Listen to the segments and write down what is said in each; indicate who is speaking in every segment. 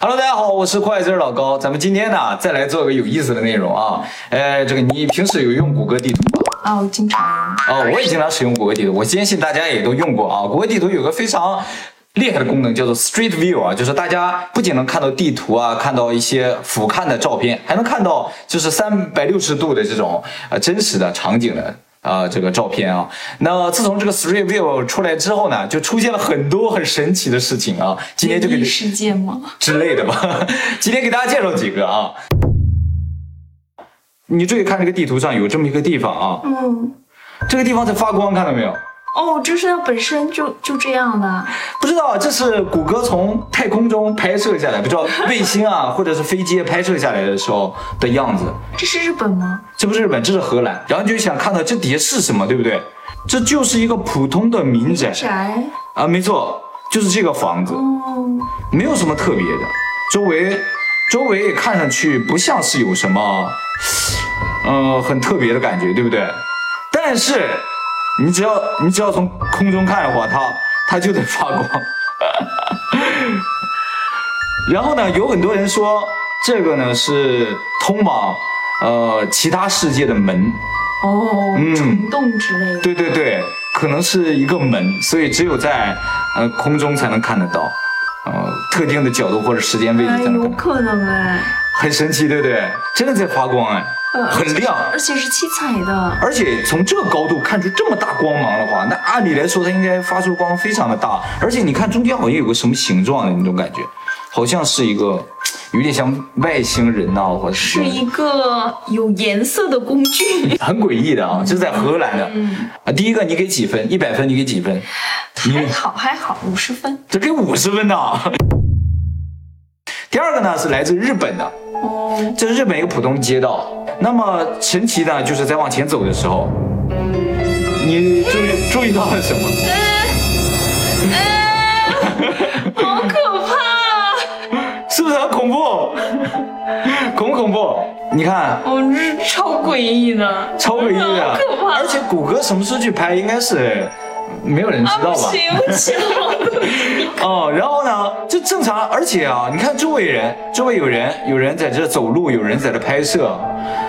Speaker 1: Hello，大家好，我是会计师老高，咱们今天呢再来做个有意思的内容啊。呃，这个你平时有用谷歌地图吗？
Speaker 2: 啊，我经常
Speaker 1: 啊、我也经常使用谷歌地图，我坚信大家也都用过啊。谷歌地图有个非常厉害的功能叫做 Street View 啊，就是大家不仅能看到地图啊，看到一些俯瞰的照片，还能看到就是三百六十度的这种呃真实的场景的。啊、这个照片啊，那自从这个 Street View 出来之后呢，就出现了很多很神奇的事情啊。今天就给
Speaker 2: 灵异事件吗？
Speaker 1: 之类的吧。今天给大家介绍几个啊。你注意看这个地图上有这么一个地方啊，
Speaker 2: 嗯，
Speaker 1: 这个地方在发光，看到没有？
Speaker 2: 哦，就是它本身就就这样的，
Speaker 1: 不知道这是谷歌从太空中拍摄下来，不知道卫星啊或者是飞机拍摄下来的时候的样子。
Speaker 2: 这是日本吗？
Speaker 1: 这不是日本，这是荷兰。然后你就想看到这底下是什么，对不对？这就是一个普通的民宅
Speaker 2: 宅，
Speaker 1: 啊，没错，就是这个房子。
Speaker 2: 哦，
Speaker 1: 没有什么特别的，周围周围也看上去不像是有什么，呃，很特别的感觉，对不对？但是你只要你只要从空中看的话，它它就在发光。 然后呢，有很多人说这个呢是通往呃其他世界的门，
Speaker 2: 哦，
Speaker 1: 嗯
Speaker 2: 虫洞之类的，
Speaker 1: 对对对，可能是一个门，所以只有在呃空中才能看得到，呃特定的角度或者时间位置
Speaker 2: 哎，
Speaker 1: 才能看得
Speaker 2: 有
Speaker 1: 到，
Speaker 2: 可能哎，
Speaker 1: 很神奇，对不对？真的在发光哎，
Speaker 2: 呃
Speaker 1: 很亮。
Speaker 2: 而且是七彩的，
Speaker 1: 而且从这个高度看出这么大光芒的话，那按理来说它应该发出光非常的大，而且你看中间好像有个什么形状的那种感觉，好像是一个，有点像外星人呐、或者什
Speaker 2: 是
Speaker 1: 么的
Speaker 2: 一个有颜色的工具，
Speaker 1: 很诡异的
Speaker 2: 嗯
Speaker 1: 啊，这是在荷兰的。啊，第一个你给几分？一百分你给几分？你
Speaker 2: 还好还好，五十分，
Speaker 1: 这给五十分呢。 第二个呢是来自日本的，
Speaker 2: 哦，
Speaker 1: 这是日本一个普通街道。那么神奇的就是在往前走的时候，你注意注意到了什么？
Speaker 2: 呃好可怕啊，
Speaker 1: 是不是很恐怖？ 恐不恐怖？你看，
Speaker 2: 哦，这是超诡异的，
Speaker 1: 超诡异的
Speaker 2: 好可，怕，
Speaker 1: 而且谷歌什么时候去拍，应该是没有人知
Speaker 2: 啊，
Speaker 1: 道
Speaker 2: 不
Speaker 1: 吧？
Speaker 2: 行不行，
Speaker 1: 哦，然后呢，这正常，而且啊，你看周围人，周围有人，有人在这走路，有人在这拍摄，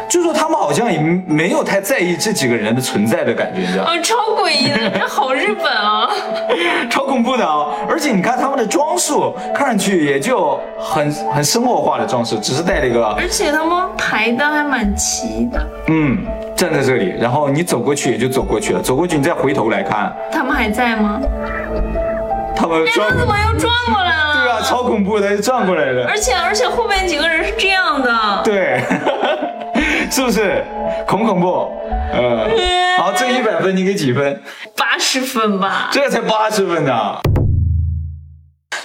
Speaker 1: 就说他们好像也没有太在意这几个人的存在的感觉，你知道吗？
Speaker 2: 啊，超诡 异的，这好日本啊！
Speaker 1: 超恐怖的啊！而且你看他们的装束，看上去也就很很生活化的装饰，只是戴了一个
Speaker 2: 而且他们排的还蛮齐的，
Speaker 1: 嗯，站在这里，然后你走过去也就走过去了，走过去你再回头来看，
Speaker 2: 他们还在吗？
Speaker 1: 他们
Speaker 2: 哎，
Speaker 1: 转
Speaker 2: 他，怎么哎又转过来了？
Speaker 1: 对啊，超恐怖的，又转过来了。
Speaker 2: 而且而且后面几个人是这样的，
Speaker 1: 对， 是不是恐不恐怖？呃，
Speaker 2: 哎
Speaker 1: 好，这一百分你给几分？
Speaker 2: 八十分吧。
Speaker 1: 这才八十分呢。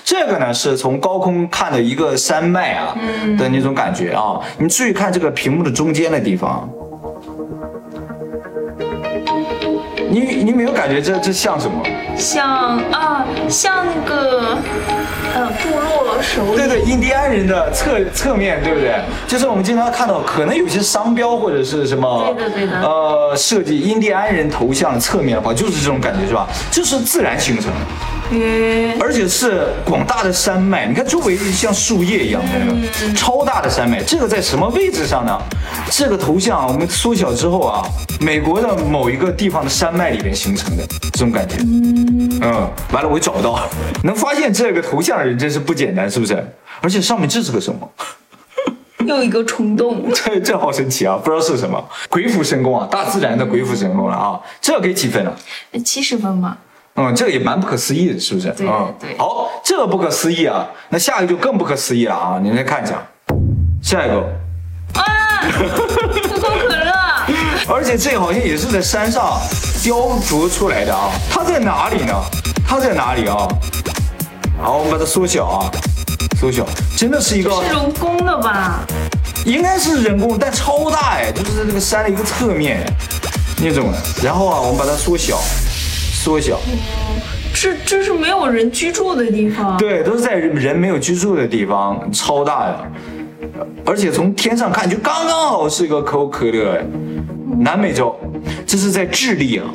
Speaker 1: 这个呢是从高空看的一个山脉啊、
Speaker 2: 嗯
Speaker 1: 的那种感觉啊，你注意看这个屏幕的中间的地方，你你没有感觉这这像什么？
Speaker 2: 像啊，像那个呃部落首
Speaker 1: 对
Speaker 2: 领，
Speaker 1: 对，印第安人的侧侧面，对不对？就是我们经常看到，可能有些商标或者是什么，
Speaker 2: 对的对的
Speaker 1: 呃，设计印第安人头像侧面的话，就是这种感觉，是吧？这是自然形成的，
Speaker 2: 嗯，
Speaker 1: 而且是广大的山脉，你看周围像树叶一样的那种超大的山脉，这个在什么位置上呢？这个头像我们缩小之后啊，美国的某一个地方的山脉里面形成的这种感觉。嗯，完了我找不到， 能发现这个头像的人真是不简单，是不是？而且上面这是个什么？
Speaker 2: 又一个冲动，
Speaker 1: 这这好神奇啊，不知道是什么，鬼斧神工啊，大自然的鬼斧神工了啊！这给几分了、
Speaker 2: 七十分吧。
Speaker 1: 嗯，这个也蛮不可思议的，是不是？
Speaker 2: 对
Speaker 1: 嗯，
Speaker 2: 对
Speaker 1: 好，这个不可思议啊，那下一个就更不可思议了啊！你来看一下，下一个，
Speaker 2: 啊， 可口可乐，
Speaker 1: 而且这个好像也是在山上雕琢出来的啊，它在哪里呢？它在哪里啊？好，我们把它缩小啊，缩小，真的是一个
Speaker 2: 是人工的吧？
Speaker 1: 应该是人工，但超大哎，就是在这个山的一个侧面那种的。然后啊，我们把它缩小，缩小，
Speaker 2: 这这是没有人居住的 地方。
Speaker 1: 对，都是在人没有居住的地方，超大的。而且从天上看，就刚刚好是一个可口可乐哎，南美洲，这是在智利啊，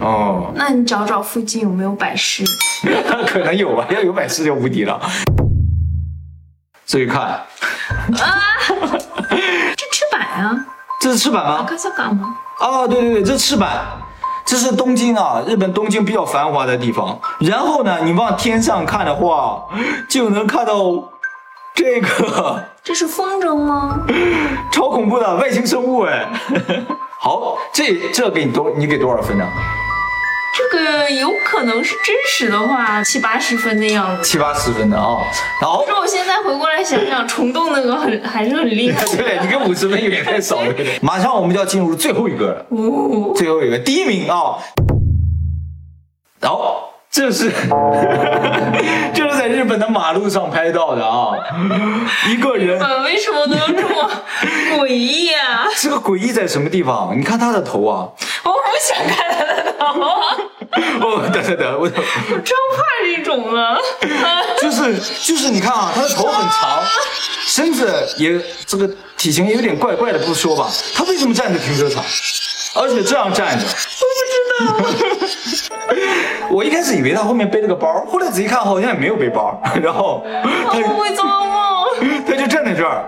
Speaker 1: 哦，
Speaker 2: 那你找找附近有没有百事？
Speaker 1: 可能有吧，要有百事就无敌了。注意看，
Speaker 2: 这翅膀呀、
Speaker 1: 这是翅膀
Speaker 2: 啊，
Speaker 1: 吗？
Speaker 2: 高小港吗？
Speaker 1: 哦，对对对，这是赤坂，这是东京啊，日本东京比较繁华的地方。然后呢，你往天上看的话，就能看到这个
Speaker 2: 这是风筝吗？
Speaker 1: 超恐怖的外星生物哎。好，这这给你多，你给多少分呢？
Speaker 2: 这个有可能是真实的话，七八十分的样子。
Speaker 1: 七八十分的啊、然后
Speaker 2: 可是我现在回过来想想，虫洞那个很还是很厉害的。
Speaker 1: 对你跟五十分有点太少了。马上我们就要进入最后一个了。
Speaker 2: 哦，
Speaker 1: 最后一个第一名啊，然、后这是 这是在日本的马路上拍到的啊，一个人
Speaker 2: 本呃为什么都这么诡异啊？
Speaker 1: 这个诡异在什么地方？你看他的头啊，
Speaker 2: 我不想看他的头，
Speaker 1: 哦，等等等，我
Speaker 2: 我真怕这种啊！
Speaker 1: 就是就是你看啊，他的头很长，身子也这个体型有点怪怪的，不说吧，他为什么站在停车场？而且这样站着， 我不知道。我一开始以为他后面背了个包，后来仔细看好像也没有背包， 然后
Speaker 2: 我
Speaker 1: 他
Speaker 2: 呃会不会做噩梦？
Speaker 1: 他就站在这儿，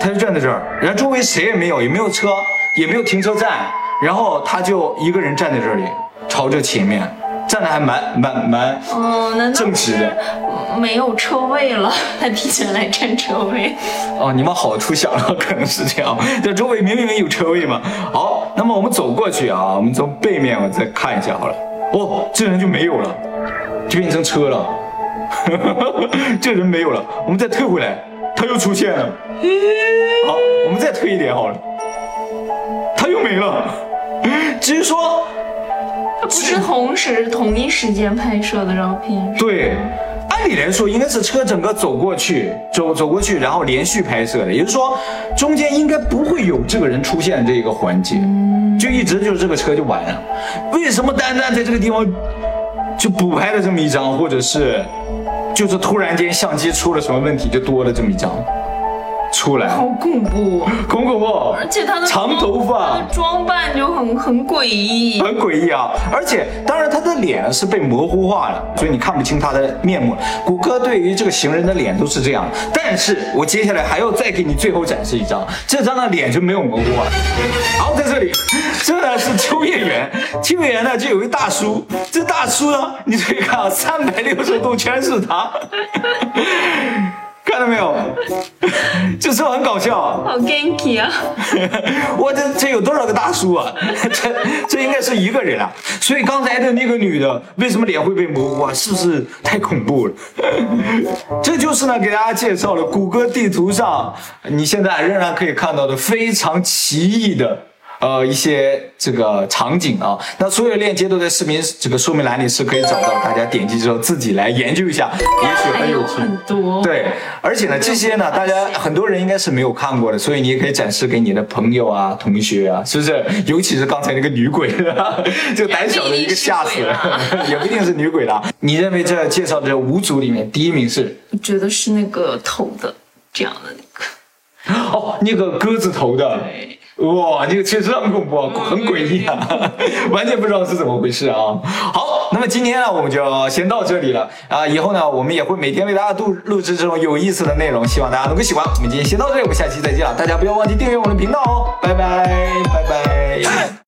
Speaker 1: 他就站在这儿，然后周围谁也没有，也没有车，也没有停车站，然后他就一个人站在这里，朝着前面站的还蛮蛮蛮，
Speaker 2: 嗯，难道
Speaker 1: 正直的
Speaker 2: 是没有车位了？ 他提前来占车位。
Speaker 1: 哦，你往好处想了， 可能是这样，这周围明明有车位嘛。好，那么我们走过去啊，我们从背面我再看一下好了。哦，这人就没有了，就变成车了， 这人没有了，我们再退回来，他又出现了。好，我们再推一点好了，他又没了。至于说，
Speaker 2: 不是同时同一时间拍摄的照片，
Speaker 1: 对，按理来说应该是车整个走过去，走走过去，然后连续拍摄的，也就是说中间应该不会有这个人出现这个环节，就一直就是这个车就完了。为什么单单在这个地方就补拍了这么一张，或者是就是突然间相机出了什么问题就多了这么一张出来？
Speaker 2: 好恐怖！
Speaker 1: 恐恐怖，
Speaker 2: 哦而且他的
Speaker 1: 长头发，
Speaker 2: 他的装扮就很很诡异。
Speaker 1: 很诡异啊！而且，当然他的脸是被模糊化了，所以你看不清他的面目。谷歌对于这个行人的脸都是这样，但是我接下来还要再给你最后展示一张，这张的脸就没有模糊化。好，在这里，这呢是秋叶原，秋叶原呢就有一大叔，这大叔呢，你注意看啊，三百六十度全是他， 看到没有？ 这是不是很搞笑啊、
Speaker 2: 好 ganky 啊！
Speaker 1: 我这这有多少个大叔啊？ 这这应该是一个人啊。所以刚才的那个女的为什么脸会被模糊啊？是不是太恐怖了？ 这就是呢，给大家介绍了谷歌地图上你现在仍然可以看到的非常奇异的。呃，一些这个场景啊，那所有的链接都在视频这个说明栏里是可以找到，大家点击之后自己来研究一下，也许
Speaker 2: 还
Speaker 1: 很有
Speaker 2: 有
Speaker 1: 趣。
Speaker 2: 很多。
Speaker 1: 对，而且呢，这些呢，大家很多人应该是没有看过的，所以你也可以展示给你的朋友啊、同学啊，是不是？尤其是刚才那个女鬼，啊 就胆小的一个吓死了， 也不一定是女鬼啊啦。你认为这介绍的这五组里面，第一名是
Speaker 2: 我觉得是那个头的这样的那个。
Speaker 1: 哦，那个鸽子头的。
Speaker 2: 对
Speaker 1: 哇，这个确实很恐怖，啊，很诡异啊， 完全不知道是怎么回事啊。好，那么今天呢，我们就先到这里了啊。以后呢，我们也会每天为大家录录制这种有意思的内容，希望大家能够喜欢。啊我们今天先到这里，我们下期再见了。大家不要忘记订阅我们的频道哦，拜拜，拜拜。